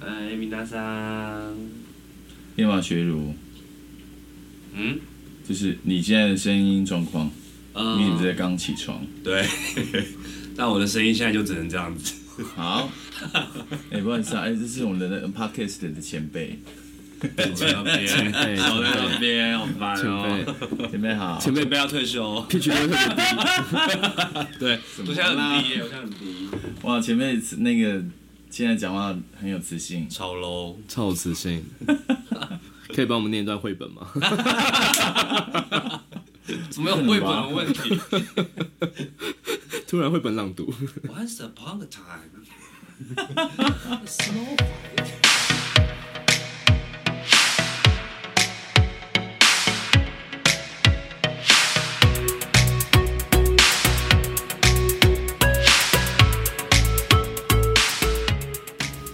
哎，米娜桑，夜马学儒，嗯，就是你现在的声音状况，呃你是嗯不是刚起床？对， 但我的声音现在就只能这样 子。好， 哎、不好意思啊，哎、这是我们的 podcast 的前辈， 前辈，前辈我在那边，好烦前哦。辈，前辈好，前辈不要退休， pitch 不会特别低， 对，么我现在很低耶，我现在很低，哇，前辈那个现在讲话很有磁性，超 low。超有磁 性。可以帮我们念一段绘本 吗？怎么有绘本的问题突然绘本朗读， ？Once upon a time, a snow.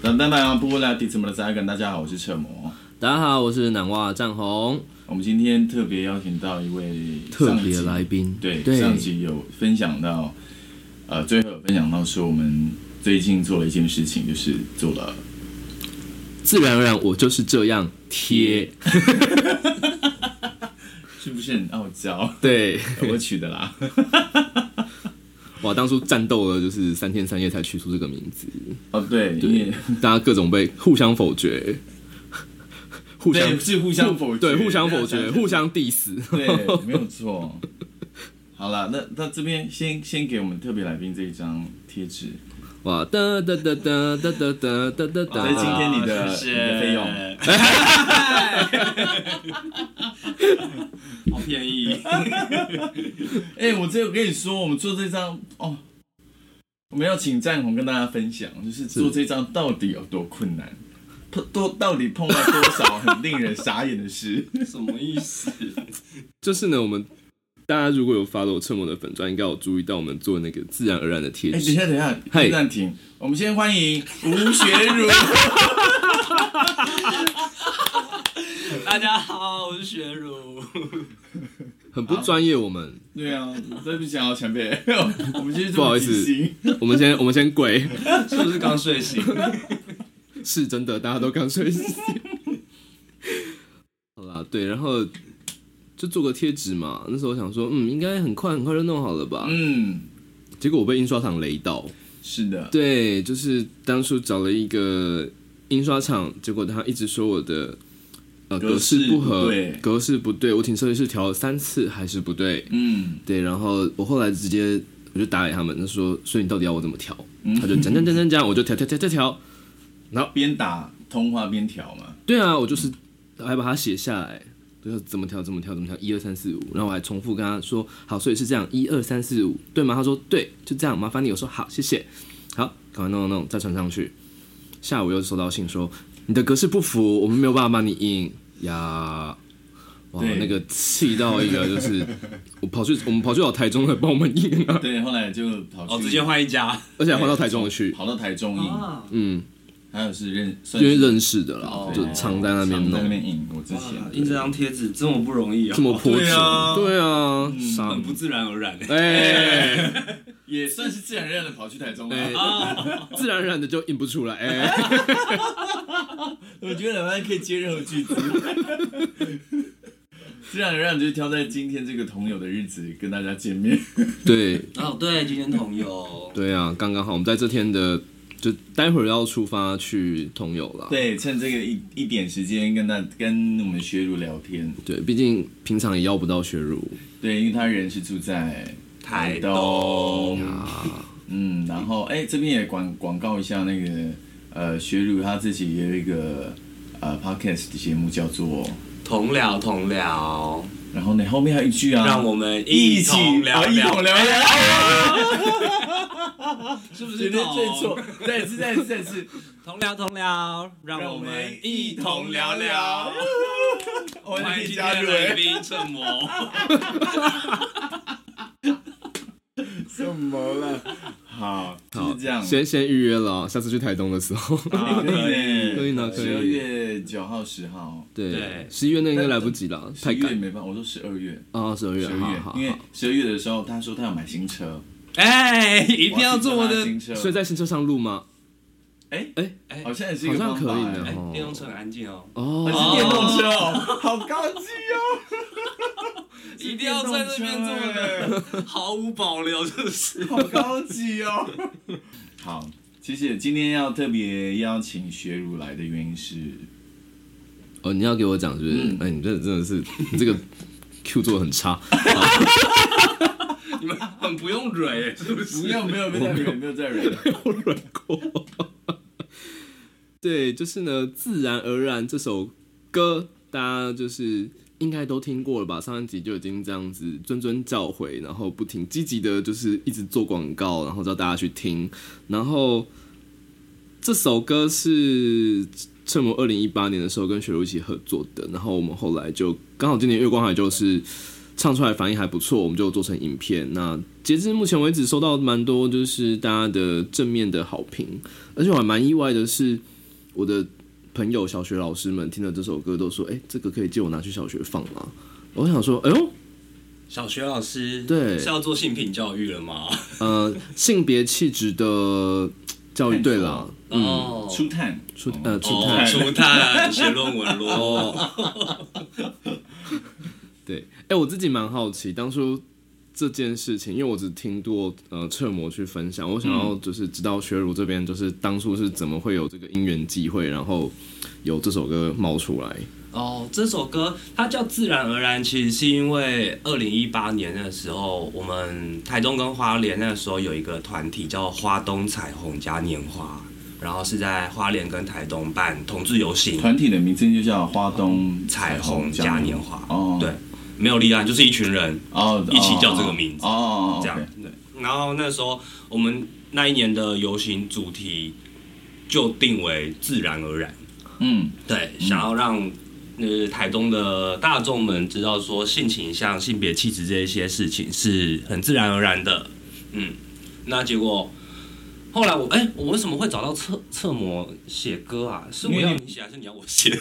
等待麦王布拉迪怎么的扎根，大家好，我是车模。大家好，我是南袜战红，我们今天特别邀请到一位特上别集来宾。对，对，上集有分享到，呃，最后有分享到说我们最近做了一件事情，就是做了自然而然我就是这样贴。是不是很傲 娇？对，我取的啦。哇，当初战斗了就是三天三夜才取出这个名字，哦，对，对因为大家各种被互相否决， 互相对是互相否决，对互相否大家 决，想互相 diss。对，没有错。好了，那那这边先先给我们特别来宾这一张贴纸，哇，哒哒哒哒哒哒哒哒哒所以今哒。天你 的谢你的谢费用， 好便宜。哎、我这我跟你说，我们做这张哦，我们要请战红跟大家分享，就是做这张到底有多困难，碰多到底碰到多少很令人傻眼的事。什么意思？就是呢，我们大家如果有 follow 趁我的粉钻，应该有注意到我们做那个自然而然的 贴哎、等一纸。下，等一下，嗨暂停，我们先欢迎吴学儒。大家好，我是学儒。很不专业。我们， 对啊，对不起啊，前辈， 我们就是这么不好意即思兴我们先，我们先跪， 是不是刚睡 醒？是真的，大家都刚睡醒。好啦，对，然后就做个贴纸嘛。那时候想说，嗯，应该很快很快就弄好了吧。嗯，结果我被印刷厂雷到。是的，对，就是当初找了一个印刷厂，结果他一直说我的呃格格式式不合不对，格式不对，我请设计师调了三次还是不对。嗯，对，然后我后来直接我就打给他们，他说：“所以你到底要我怎么调？”嗯他就讲讲讲讲讲，我就调调调调调。边打通话边调嘛，对啊，我就是还把它写下来，就是怎么调怎么调怎么调，一二三四五。然后我还重复跟他说：“好，所以是这样，一二三四五，对吗？”他说：“对，就这样，麻烦你。”我说：“好，谢谢。”好，赶快弄弄弄，再传上去。下午又收到信说你的格式不符，我们没有办法帮你印呀。哇，对那个气到一个，就是 我跑去，我们跑去找台中的帮我们印啊，对，后来就跑去，哎哦，直接换一啊家。而且还换到台中的去。跑到台中印，嗯，还有是认，算因是为认识的啦，哦就常在那边常在那弄，边印，我之哇前，嗯印这张贴纸这么不容易啊！这么波折，对啊，对啊，嗯傻很不自然而然欸。哎， 也算是自然而然的跑去台中啊了、哎自然而然的就印不出来，哎，我觉得两个可以接任何句子。 自然而然就挑在今天这个同友的日子跟大家见面。对哦，对，今天同游。对啊，刚刚好，我们在这天的就待会儿要出发去同友啦，对，趁这个一一点时间跟大跟我们学儒聊天。对，毕竟平常也要不到学儒对，因为他人是住在台东东，啊，嗯，然后哎、这边也广广告一下那个呃学儒他自己也有一个呃 podcast 的节目叫做，同聊同聊，然后呢后面还有一句啊，让我们一起哦同聊啊一同聊，聊聊，是不绝是对最同错，再一次再一次再一次，同聊同聊，让我们一同聊聊。我欢迎也今加天入的来哎，宾郑魔。什么了？好，就是这样。先先预约了，下次去台东的时候，啊可以呢可以十二月九号、十号， 对对，十一月那应该来不及了，十太一月赶没办法，我说十二月，啊，十二十月，好二好月，因为好，十二月的时候他说他要买新车，哎，一一定要做我的。新车，所以在新车上录吗？哎、哎哎哎，好好像也是一个好像方法、可以呢哎哎哦，电动车很安静哦，还是哦，电动车哦，好高级哦！一定要在那边这么的毫无保留，就是好高级哦。 好，其实今天要特别邀请学儒来的原因是，哦，你要给我讲是不是？嗯哎，你这真的是你这个 Q 做的很差，你们很不用蕊，是不是？没有没有没有没有没有在人，我软过。对，就是呢，自然而然这首歌，大家就是应该都听过了吧？上一集就已经这样子谆谆教诲，然后不停积极的，就是一直做广告，然后叫大家去听。然后这首歌是趁我二零一八年的时候跟雪茹一起合作的，然后我们后来就刚好今年月光海就是唱出来反应还不错，我们就做成影片。那截至目前为止，收到蛮多就是大家的正面的好评，而且我还蛮意外的是，我的朋友小学老师们听了这首歌都说：“哎、这个可以借我拿去小学放吗？”我想说：“哎呦，小学老师对是要做性品教育了吗？呃，性别气质的教育对啦，嗯，哦，初探出呃出哦，太初探写论文咯。对，哎、我自己蛮好奇，当初这件事情，因为我只听过呃侧模去分享，我想要就是知道学儒这边就是当初是怎么会有这个因缘际会，然后有这首歌冒出来。哦，这首歌它叫《自然而然》，其实是因为二零一八年的时候，我们台东跟花莲那个时候有一个团体叫花东彩虹嘉年华，然后是在花莲跟台东办同志游行，团体的名称就叫花东彩虹嘉年华。哦，对，没有立案，就是一群人哦，一起叫这个名字哦哦，哦这样 OK。对，然后那时候我们那一年的游行主题就定为“自然而然”。嗯，对，想要让呃台东的大众们知道说性倾向、性别气质这一些事情是很自然而然的。嗯，那结果后来我哎、我为什么会找到侧侧模写歌啊？是我要你写还是你要我写？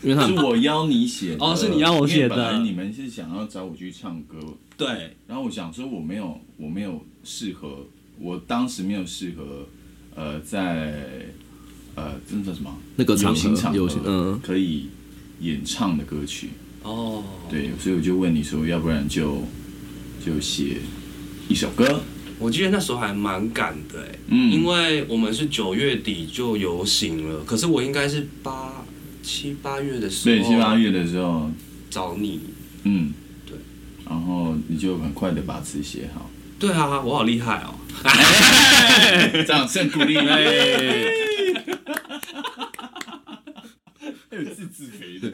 因为他是们我邀你写的嗯哦是你邀我写的因为本来你们是想要找我去唱歌，对，然后我想说我没有，我没有适合，我当时没有适合，呃，在呃，真的叫什么那个场游行合场游行，合 嗯，可以演唱的歌曲，哦，对，所以我就问你说，要不然就就写一首歌，我记得那时候还蛮赶的、哎嗯，因为我们是九月底就游行了，可是我应该是八七八月的时对候，啊七八月的时候，找你。嗯，对，然后你就很快的把词写 好，对啊，我好厉害 哦！掌声 鼓励，哎，有自自肥的。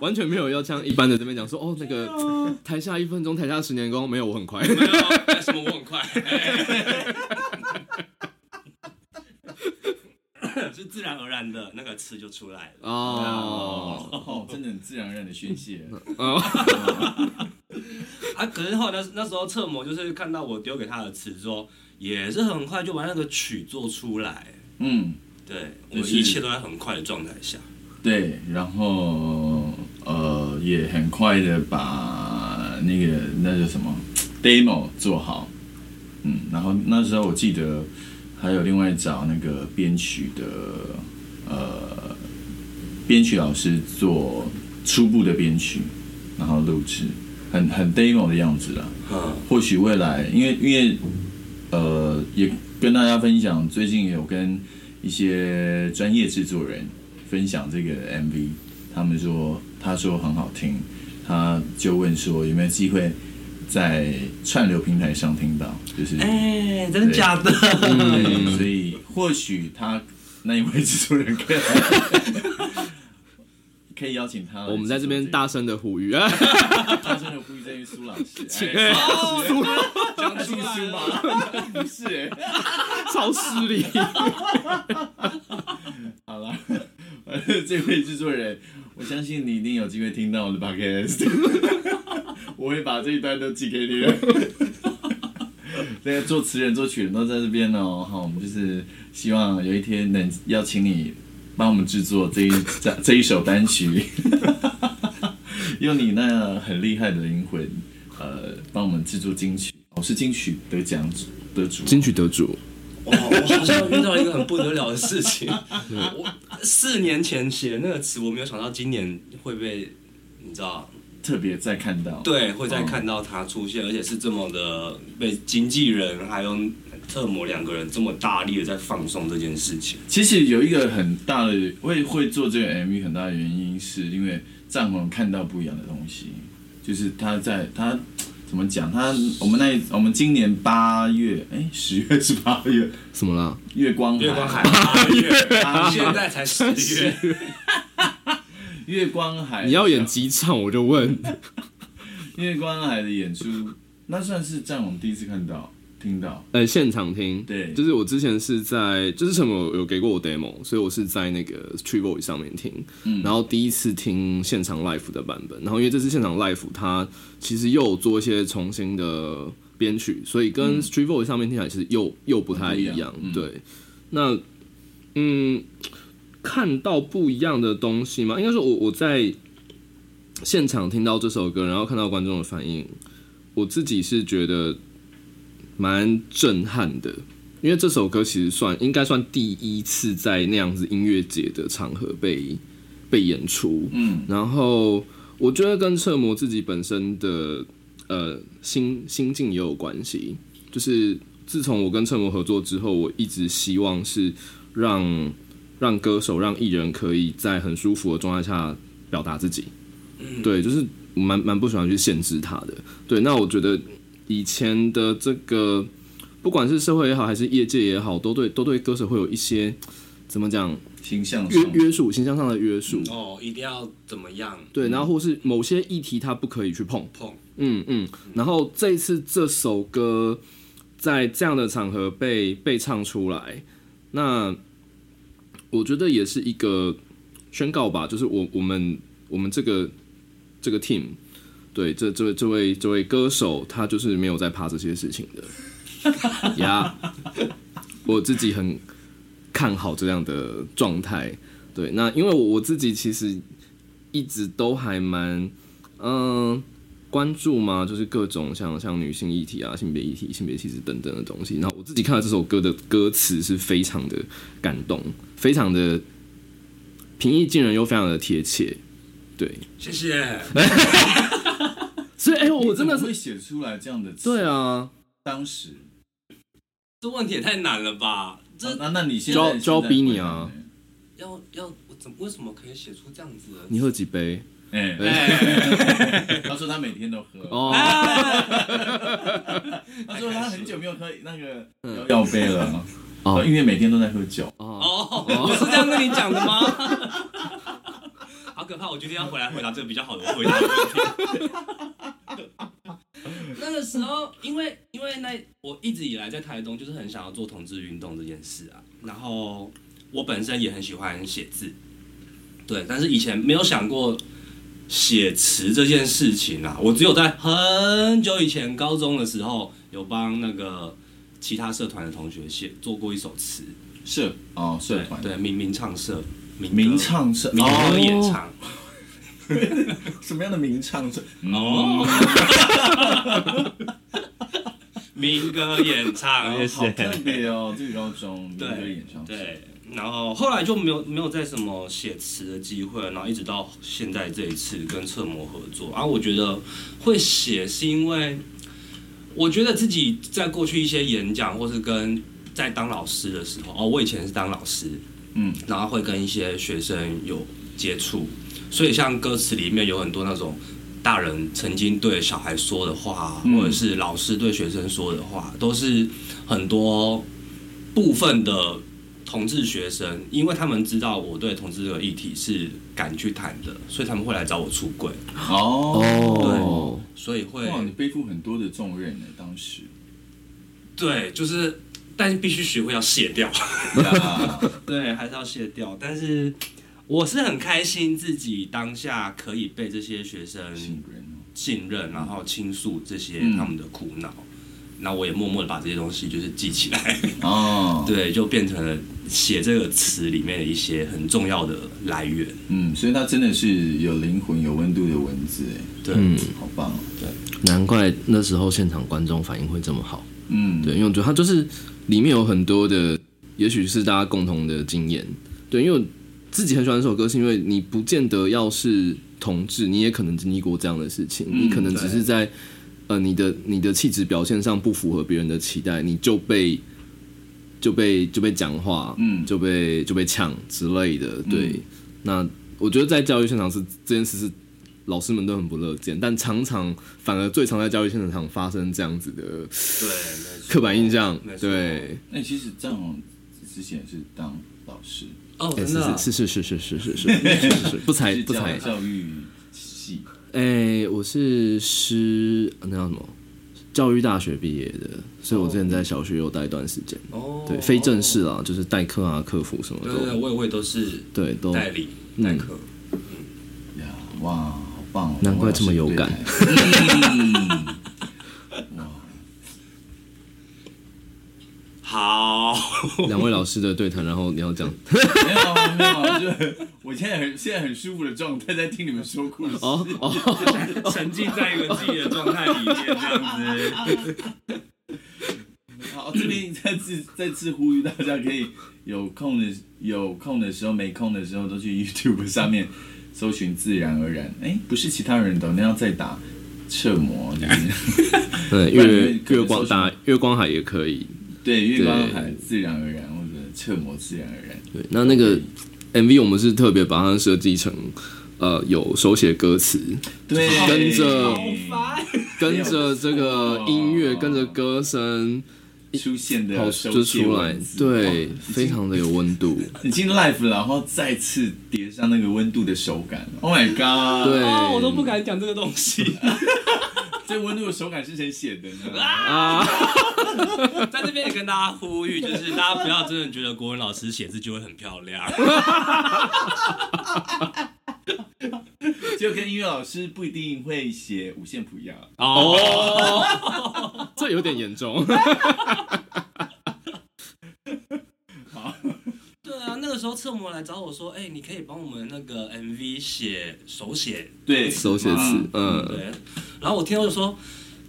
完全没有要像一般的这边讲说哦，那个台下一分钟，台下十年功，没有我很快。没有，哎什么我很快， 是自然而然的那个词就出来了。哦哦， 真的很自然而然的宣泄。哦，啊，可是后来那那时候侧模就是看到我丢给他的词之后，也是很快就把那个曲做出来。嗯，对，我就是们一切都在很快的状态下。对，然后呃，也很快的把那个那叫什么 demo 做好。嗯，然后那时候我记得还有另外找那个编曲的呃编曲老师做初步的编曲，然后录制，很很 demo 的样子啦。嗯，或许未来，因为因为呃，也跟大家分享，最近有跟一些专业制作人分享这个 MV，他们说他说很好听，他就问说有没有机会在串流平台上听到，就是、哎、真的假的？对，嗯所以或许他那一位制作人可以可以邀请他来制作个，我们在这边大声的呼吁，啊，大声的呼吁这位苏老师，哎哦，江苏苏吗？ 不是、哎超失礼。好了， 反正这位制作人，我相信你一定有机会听到我的 podcast，我会把这一段都寄给你的。 那个做词人、做曲人都在这边哦，好，我们就是希望有一天能邀请你帮我们制作这一 这这一首单曲， 用你那很厉害的灵魂，哦呃，帮我们制作金曲，我是金曲得奖主得主，金曲得主，哇，我好像遇到一个很不得了的事情。我四年前写的那个词，我没有想到今年会被你知道，特别再看到，对，会再看到它出现，而且是这么的被经纪人还有特模两个人这么大力的在放松这件事情。其实有一个很大的会会做这个 MV 很大的原因，是因为藏红看到不一样的东西，就是他在他怎么讲他我们那一我们今年八月哎十月是八月什么啦？月光月光海八月，八现在才十月，月光海你要演几场我就问。月光海的演出，那算是战王第一次看到听到呃，现场听，对就是我之前是在，就是陈某有给过我 demo，所以我是在那个 Tree Voice 上面听，然后第一次听现场 live 的版本，然后因为这次现场 live 它其实又有做一些重新的编曲，所以跟 Tree Voice 上面听起来其实又又不太一嗯不一样嗯对，那嗯，看到不一样的东西嘛，应该说我我在现场听到这首歌，然后看到观众的反应，我自己是觉得蛮震撼的，因为这首歌其实算应该算第一次在那样子音乐节的场合被被演出，嗯，然后我觉得跟侧模自己本身的呃心心境也有关系，就是自从我跟侧模合作之后，我一直希望是让让歌手让艺人可以在很舒服的状态下表达自己，嗯对，就是蛮蛮不喜欢去限制他的。对，那我觉得以前的这个，不管是社会也好，还是业界也好，都对都对歌手会有一些怎么讲形象约上约束，形象上的约束。哦，一定要怎么样？对，然后或是某些议题他不可以去碰。碰，嗯嗯。然后这一次这首歌在这样的场合被被唱出来，那我觉得也是一个宣告吧，就是我我们我们这个这个 team。对，这这位这位这位歌手，他就是没有在怕这些事情的 呀。我自己很看好这样的状态。对，那因为我我自己其实一直都还蛮嗯、关注嘛，就是各种像像女性议题啊、性别议题、性别气质等等的东西。然后我自己看到这首歌的歌词是非常的感动，非常的平易近人又非常的贴切。对，谢谢。所以哎、我真的你怎么会是写出来这样的词对，啊，当时这问题也太难了吧？这啊那那你现就要在就要逼你，现在啊回答呢要要我怎为什么可以写出这样子的？你喝几杯哎、哎他说他每天都喝，哦？他说他很久没有喝那个摇杯了，哦因为每天都在喝酒。哦，哦，我是这样跟你讲的吗？ 好可怕！我决定要回来回答这个比较好的回答问题。那个时候，因为因为那我一直以来在台东就是很想要做同志运动这件事啊，然后我本身也很喜欢写字，对，但是以前没有想过写词这件事情啊。我只有在很久以前高中的时候有帮那个其他社团的同学写做过一首词，社哦，社团对，民民唱社，民歌名唱社民哦，歌演唱什么样的名唱社？哦， 民歌演唱，哦，好特别哦，这个高中对民歌演唱社，对，然后后来就没有没有再什么写词的机会，然后一直到现在这一次跟侧模合作，然后我觉得会写是因为我觉得自己在过去一些演讲或是跟在当老师的时候，哦，我以前是当老师，嗯，然后会跟一些学生有接触，所以像歌词里面有很多那种大人曾经对小孩说的话，啊嗯或者是老师对学生说的话，都是很多部分的同志学生，因为他们知道我对同志这个议题是敢去谈的，所以他们会来找我出柜，哦，哦，所以会哇，你背负很多的重任呢，当时。对，就是但是必须学会要卸掉。 啊对，还是要卸掉。但是我是很开心自己当下可以被这些学生信任哦信任，然后倾诉这些嗯他们的苦恼。那我也默默的把这些东西就是记起来，哦，对，就变成了写这个词里面的一些很重要的来源。嗯，所以它真的是有灵魂、有温度的文字，哎，对，嗯，好棒哦。难怪那时候现场观众反应会这么好。嗯，对，因为我觉得他就是里面有很多的，也许是大家共同的经验。对，因为我自己很喜欢这首歌，是因为你不见得要是同志，你也可能经历过这样的事情，嗯你可能只对是在呃你的你的气质表现上不符合别人的期待，你就被就被就被讲话，嗯就被就被呛之类的。对，嗯那我觉得在教育现场是这件事是老师们都很不乐见，但常常反而最常在教育现场发生这样子的对，没错刻板印象没，错对，那、哎其实这样之前也是当老师，哦，哎真的啊是是是是是 是是是是是是，不才是不教才，教育系，哎，我是师呃那叫什么？教育大学毕业的，所以我之前在小学有待一段时间，哦，对，非正式啊，就是代课啊、客服什么对对对，的，我也我也都是对，都代理嗯代课，呀，哇，好棒、哦！难怪这么有感王老师对待。嗯哇，好，两位老师的对谈，然后你要讲没有啊没有啊，就是我现在很现在很舒服的状态，在听你们说故事。哦哦， 沉浸在一个自己的状态里面这 样子。好，这边再次再次呼吁大家，可以有空的有空的时候，没空的时候都去 YouTube 上面搜寻“自然而然”。哎、不是其他人的，那要再打侧模，哎就是对，不然你月们可能月光搜寻大月光海也可以，对月光海自然而然，或者侧模自然而然。对，那那个 MV 我们是特别把它设计成，呃，有手写歌词，对，跟着好烦。跟着这个音乐，跟着歌声出现的跑手就写出来文，字对哇，非常的有温度，已经 live 了，然后再次叠上那个温度的手感。Oh my god！对，哦，我都不敢讲这个东西， 这温度的手感是谁写的呢？啊，在这边也跟大家呼吁，就是大家不要真的觉得国文老师写字就会很漂亮，就跟音乐老师不一定会写五线谱一样。哦，这有点严重，对啊，那个时候侧模来找我说，哎、你可以帮我们那个 MV 写手写，对，啊手写词，嗯，对。然后我听到就说，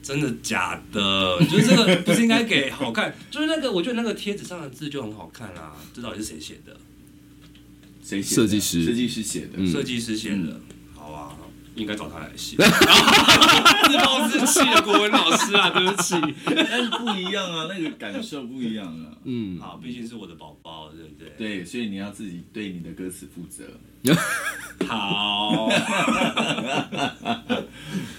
真的假的？就是这个不是应该给好看？ 就是那个，我觉得那个贴纸上的字就很好看啊，这到底是谁写的？谁写的？设计师设计师写的。嗯设计师写的。好啊，应该找他来写。 自暴自弃的国文老师 啊，对不起。但是不一样啊，那个感受不一样啊。嗯，好，毕竟是我的宝宝，对不对？对，所以你要自己对你的歌词负责。 好，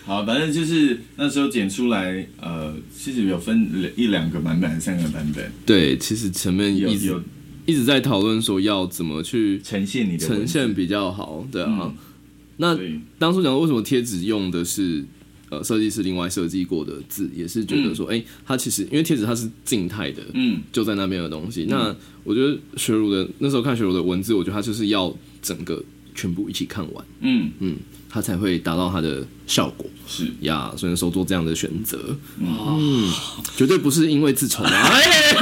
好，反正就是那时候剪出来，呃，其实有分一两个版本，还是三个版本，对，其实前面有一直有一直在讨论说要怎么去呈现你的文呈字现比较好，对啊嗯，那对当初讲为什么贴纸用的是呃设计师另外设计过的字，也是觉得说，哎、它其实因为贴纸它是静态的，嗯，就在那边的东西。那我觉得学儒的那时候看学儒的文字，我觉得他就是要整个全部一起看完，嗯，嗯，他才会达到它的效果是呀。所以那时候做这样的选择，哦嗯，绝对不是因为自丑啊，哎，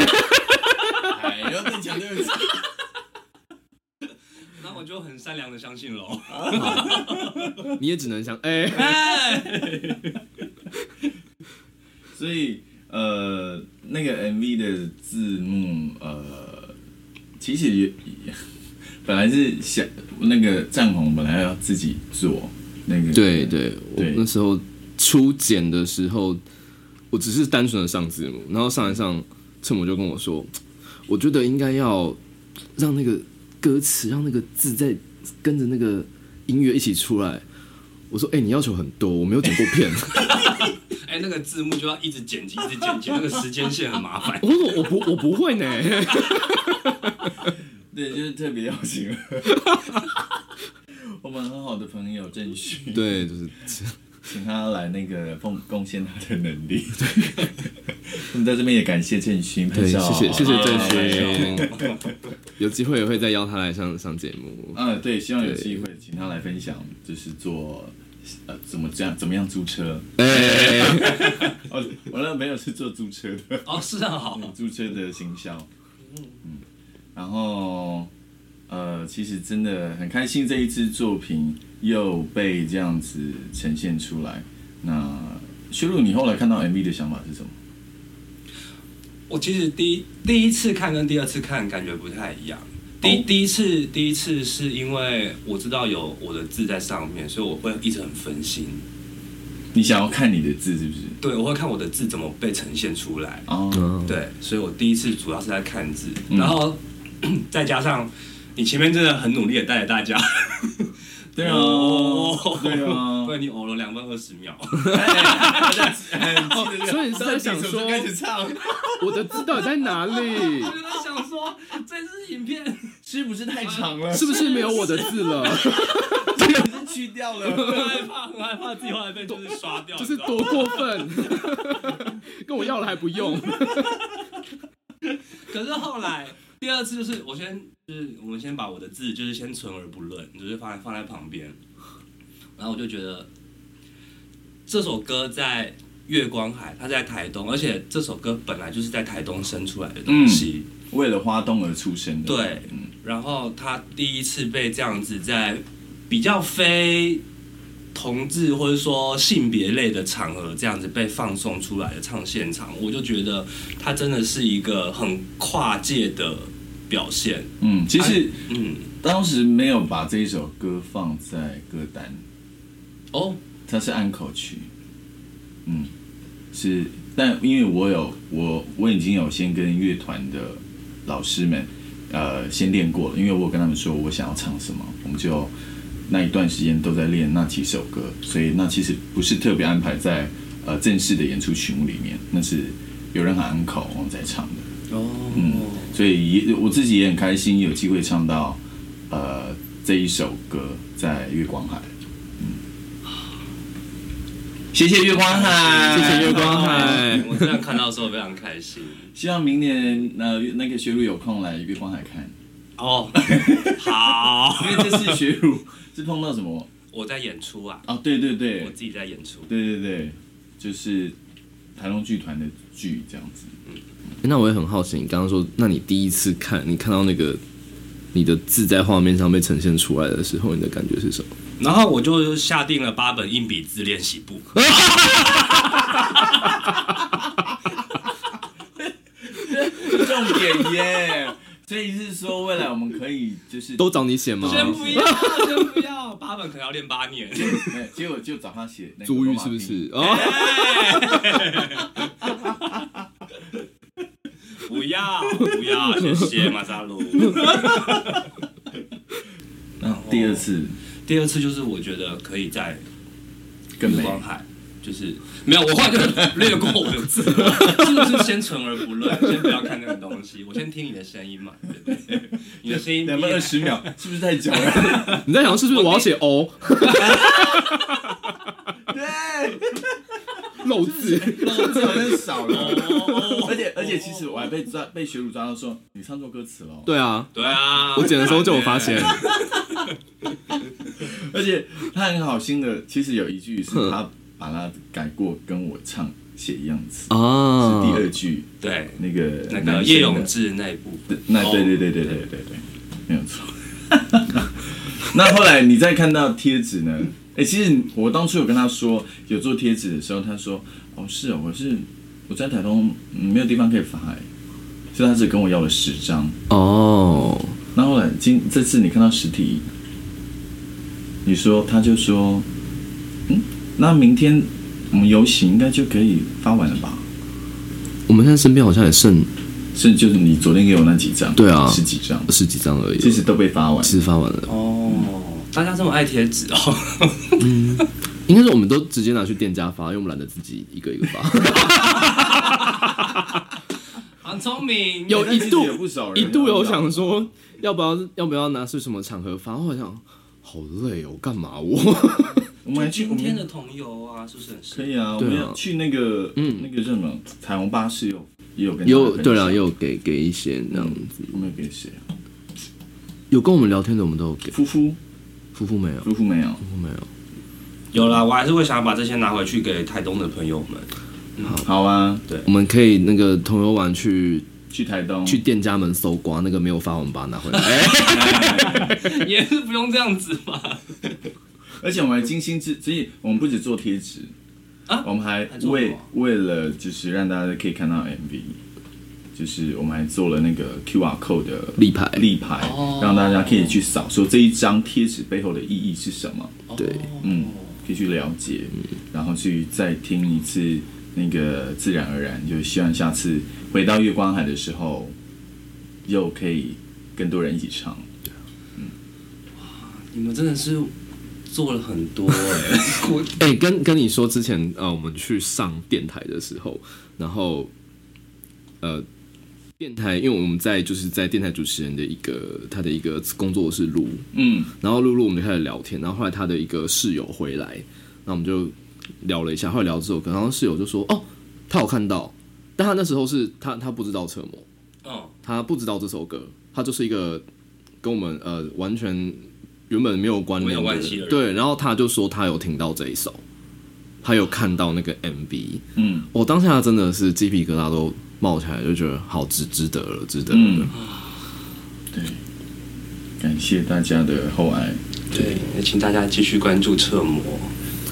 要再讲对不起。那我就很善良的相信喽。你也只能想， 哎、所以呃，那个 MV 的字幕呃，其实也 也本来是想那个战红本来要自己做那个，对对，我对那时候初剪的时候，我只是单纯的上字幕，然后上一上，赤母就跟我说，我觉得应该要让那个歌词，让那个字在跟着那个音乐一起出来。我说，哎、你要求很多，我没有剪过片。 哎、那个字幕就要一直剪辑，一直剪辑，那个时间线很麻烦。我说我不我不会呢，对，就是特别邀请了 我们很好的朋友郑旭，对，就是请他来那个贡贡献他的能力。 我们在这边也感谢郑勋，对，谢谢谢谢郑哎勋，有 机会也会再邀他来上上节目。嗯，对，希望有对机会请他来分享，就是做呃怎么这样怎么样租车。哎、哎哦，我那个朋友是做租车的，哦，是啊，好，租车的行销。嗯，然后呃，其实真的很开心，这一支作品又被这样子呈现出来。那修路，你后来看到 MV 的想法是什么？我其实第一第一次看跟第二次看感觉不太一样。第、第一次第一次是因为我知道有我的字在上面，所以我会一直很分心。你想要看你的字是不是？对，我会看我的字怎么被呈现出来。哦，嗯，对，所以我第一次主要是在看字，然后、 再加上你前面真的很努力的带着大家，对啊，对啊，对你偶了两分二十秒， 哎 所以是在想说开始唱， 我的字到底在哪里？我就在想说这支影 片是不是 太长了？是不是没有我的字了？这个是去掉了？很害怕，很害怕自己后来被就是刷掉，就是你知道吗多过分， 跟我要了还不用。可是后来第二次就是我先就是我们先把我的字就是先存而不论，就是放在放在旁边，然后我就觉得这首歌在月光海，它在台东，而且这首歌本来就是在台东生出来的东嗯西， 为了花东而出生的，对嗯，然后他第一次被这样子在比较非。同志或者说性别类的场合，这样子被放送出来的唱现场，我就觉得它真的是一个很跨界的表现。嗯，其实嗯，当时没有把这一首歌放在歌单，哦，它是安口曲，嗯，是，但因为我有我我已经有先跟乐团的老师们，呃，先练过了，因为我有跟他们说我想要唱什么，我们就那一段时间都在练那几首歌，所以那其实不是特别安排在呃正式的演出曲目里面，那是有人喊安口我们在唱的，哦，嗯所以也我自己也很开心有机会唱到呃这一首歌在月光海。嗯，谢谢月光海，谢谢月光海哦 我这样看到的时候非常开心。嗯希望明年呃那个学儒有空来月光海看，哦，好，因为这次学儒是碰到什么？我在演出啊，哦，对对对 我自己在演出。对对对，就是台龙剧团的剧这样 子。 那我也很好奇，你刚刚说，那你第一次看，你看到那个你的字在画面上被呈现出来的时候，你的感觉是什么？然后我就下定了八本硬笔字练习簿，重点耶，所以是说未来我们可以就是都找你写吗？ 先不要，先不要，八本可能要练八 年。哎结果就找他写那个足罗语马是不拼音 是？哦，不要，不要，谢谢马萨鲁。那嗯第二次第二次就是我觉得可以在更美。光海，就是没有，我话就略过我的 字，是不是先存而不论，先不要看那个东西，我先听你的声音嘛，对不对？你的声音两百二十秒，是不是太久了？你在想是不是我要写哦 O 对， 漏字？这次好像少了。哦而且而且，其实我还被抓被学儒抓到说你唱错歌词了哦。对啊，对啊，我剪的时候就有发现，而且他很好心的，其实有一句是他把它改过，跟我唱写一样词。 啊是第二句对那个那男个生的叶永志那一部分，那哦对对对对对对对，没有错。 那后来你再看到贴纸呢？哎、其实我当初有跟他说有做贴纸的时候，他说：“哦，是哦，我是我在台东、嗯没有地方可以发、哎，所以他只跟我要了十张。哦，那后来今这次你看到实体，你说他就说，嗯，那明天我们游行应该就可以发完了吧？我们现在身边好像也剩是就是你昨天给我那几张，对啊十几张，十几张而已，其实都被发完。其实发完了，哦，大家这么爱贴纸哦， 应该是我们都直接拿去店家发，因为我们懒得自己一个一个发。很聪明，有哎但一其实度也不少人一度有要想说，要不要要不要拿去什么场合发？我想好累哦，干嘛我？我们还去今天的我们同游啊，是不是很可适合？以啊，我对啊们要去那个嗯那个叫什么彩虹巴士有也有跟 有大家分享对了，也有给给一些那样子，我们有给谁啊？有跟我们聊天的我们都有给，夫妇夫妇没有，夫夫妇没有，妇没有，有啦，我还是会想要把这些拿回去给台东的朋友们。好啊，我们可以那个同游玩去去台东去店家门搜刮那个没有发，我们把它拿回来。哎 也是不用这样子嘛。而且我们还精心制，所以我们不止做贴纸啊我们还还做什为么为了就是让大家可以看到 MV，就是我们还做了那个 QR code 的立牌，立牌哦，让大家可以去扫，说这一张贴纸背后的意义是什么，对哦嗯，可以去了解，然后去再听一次那个自然而然，就希望下次回到月光海的时候，又可以更多人一起唱。你们真的是做了很多哎、 我哎、跟跟你说，之前呃，我们去上电台的时候，然后呃，电台，因为我们在就是在电台主持人的一个他的一个工作室录，嗯，然后录录我们就开始聊天，然后后来他的一个室友回来，那我们就聊了一下，后来聊这首歌，然后室友就说哦，他有看到，但他那时候是他他不知道侧模，嗯，他不知道这首歌，他就是一个跟我们呃完全原本没有关联的没有关系的人对，然后他就说他有听到这一首，他有看到那个 MV，嗯，我、当下真的是鸡皮疙瘩都冒起来，就觉得好值值得了，值得了。嗯对，感谢大家的厚 爱，对，也请大家继续关注侧模。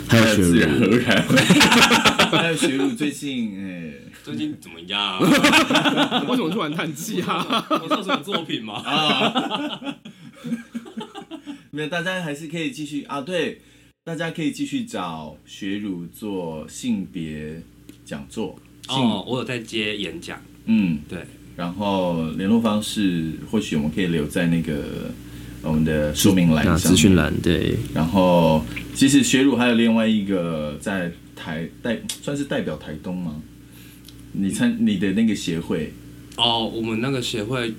还有自雪然茹，而然。还有学儒最近哎、最近怎么样、 啊？ 为什么突然叹气啊？我做什么作品吗？没有，大家还是可以继续啊。对，大家可以继续找学儒做性别讲座。性哦，我有在接演讲，嗯，对。然后联络方式，或许我们可以留在那个呃我们的说明栏上。资讯。栏 对，然后，其实学儒还有另外一个在台代，算是代表台东吗？你参你的那个协会，哦，我们那个协会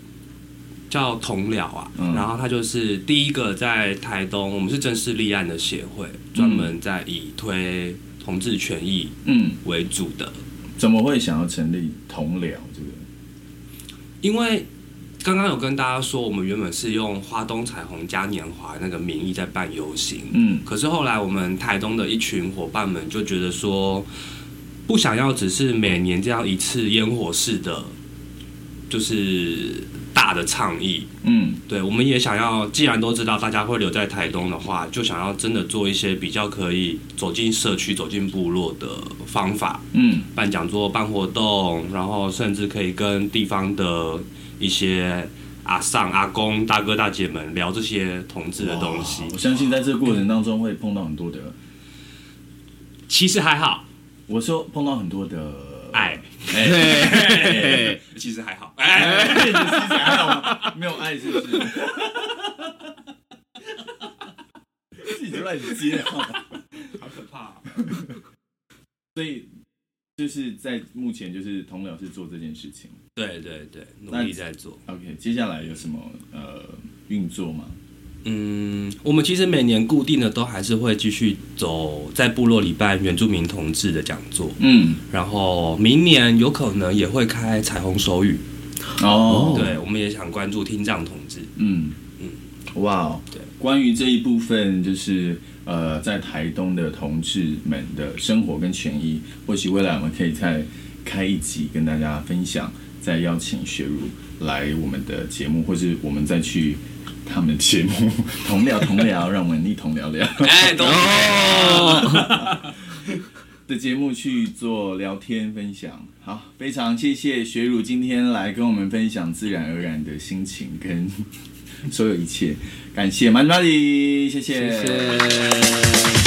叫同僚啊，嗯然后它就是第一个在台东，我们是正式立案的协会，专门在以推同志权益嗯，为主的，怎么会想要成立同僚这个？因为。刚刚有跟大家说，我们原本是用花东彩虹嘉年华那个名义在办游行，嗯可是后来我们台东的一群伙伴们就觉得说，不想要只是每年这样一次烟火式的，就是大的倡议，嗯对，我们也想要，既然都知道大家会留在台东的话，就想要真的做一些比较可以走进社区、走进部落的方法，嗯办讲座、办活动，然后甚至可以跟地方的一些阿上、阿公、大哥、大姐们聊这些同志的东西哦哇。我相信在这个过程当中会碰到很多的，其实还好，我说碰到很多 的哎，哎，哎 其实还好，哎，哎你是还好吗？没有爱是不是？自己就乱接啊！好可怕、啊所以就是在目前就是同僚是做这件事情。对对对，努那力在做。 OK，接下来有什么呃运作吗？嗯，我们其实每年固定的都还是会继续走在部落里办原住民同志的讲座，嗯，然后明年有可能也会开彩虹手语，哦，对，我们也想关注听障同 志。嗯，哇哦，对，关于这一部分就是呃，在台东的同志们的生活跟权益，或许未来我们可以再开一集跟大家分享，再邀请雪茹来我们的节目，或是我们再去他们的节目 同聊同聊，让我们一同聊聊哎，懂哦的节目去做聊天分享。好，非常谢谢雪茹今天来跟我们分享自然而然的心情跟 所有一切，感谢曼拉里，谢 谢谢。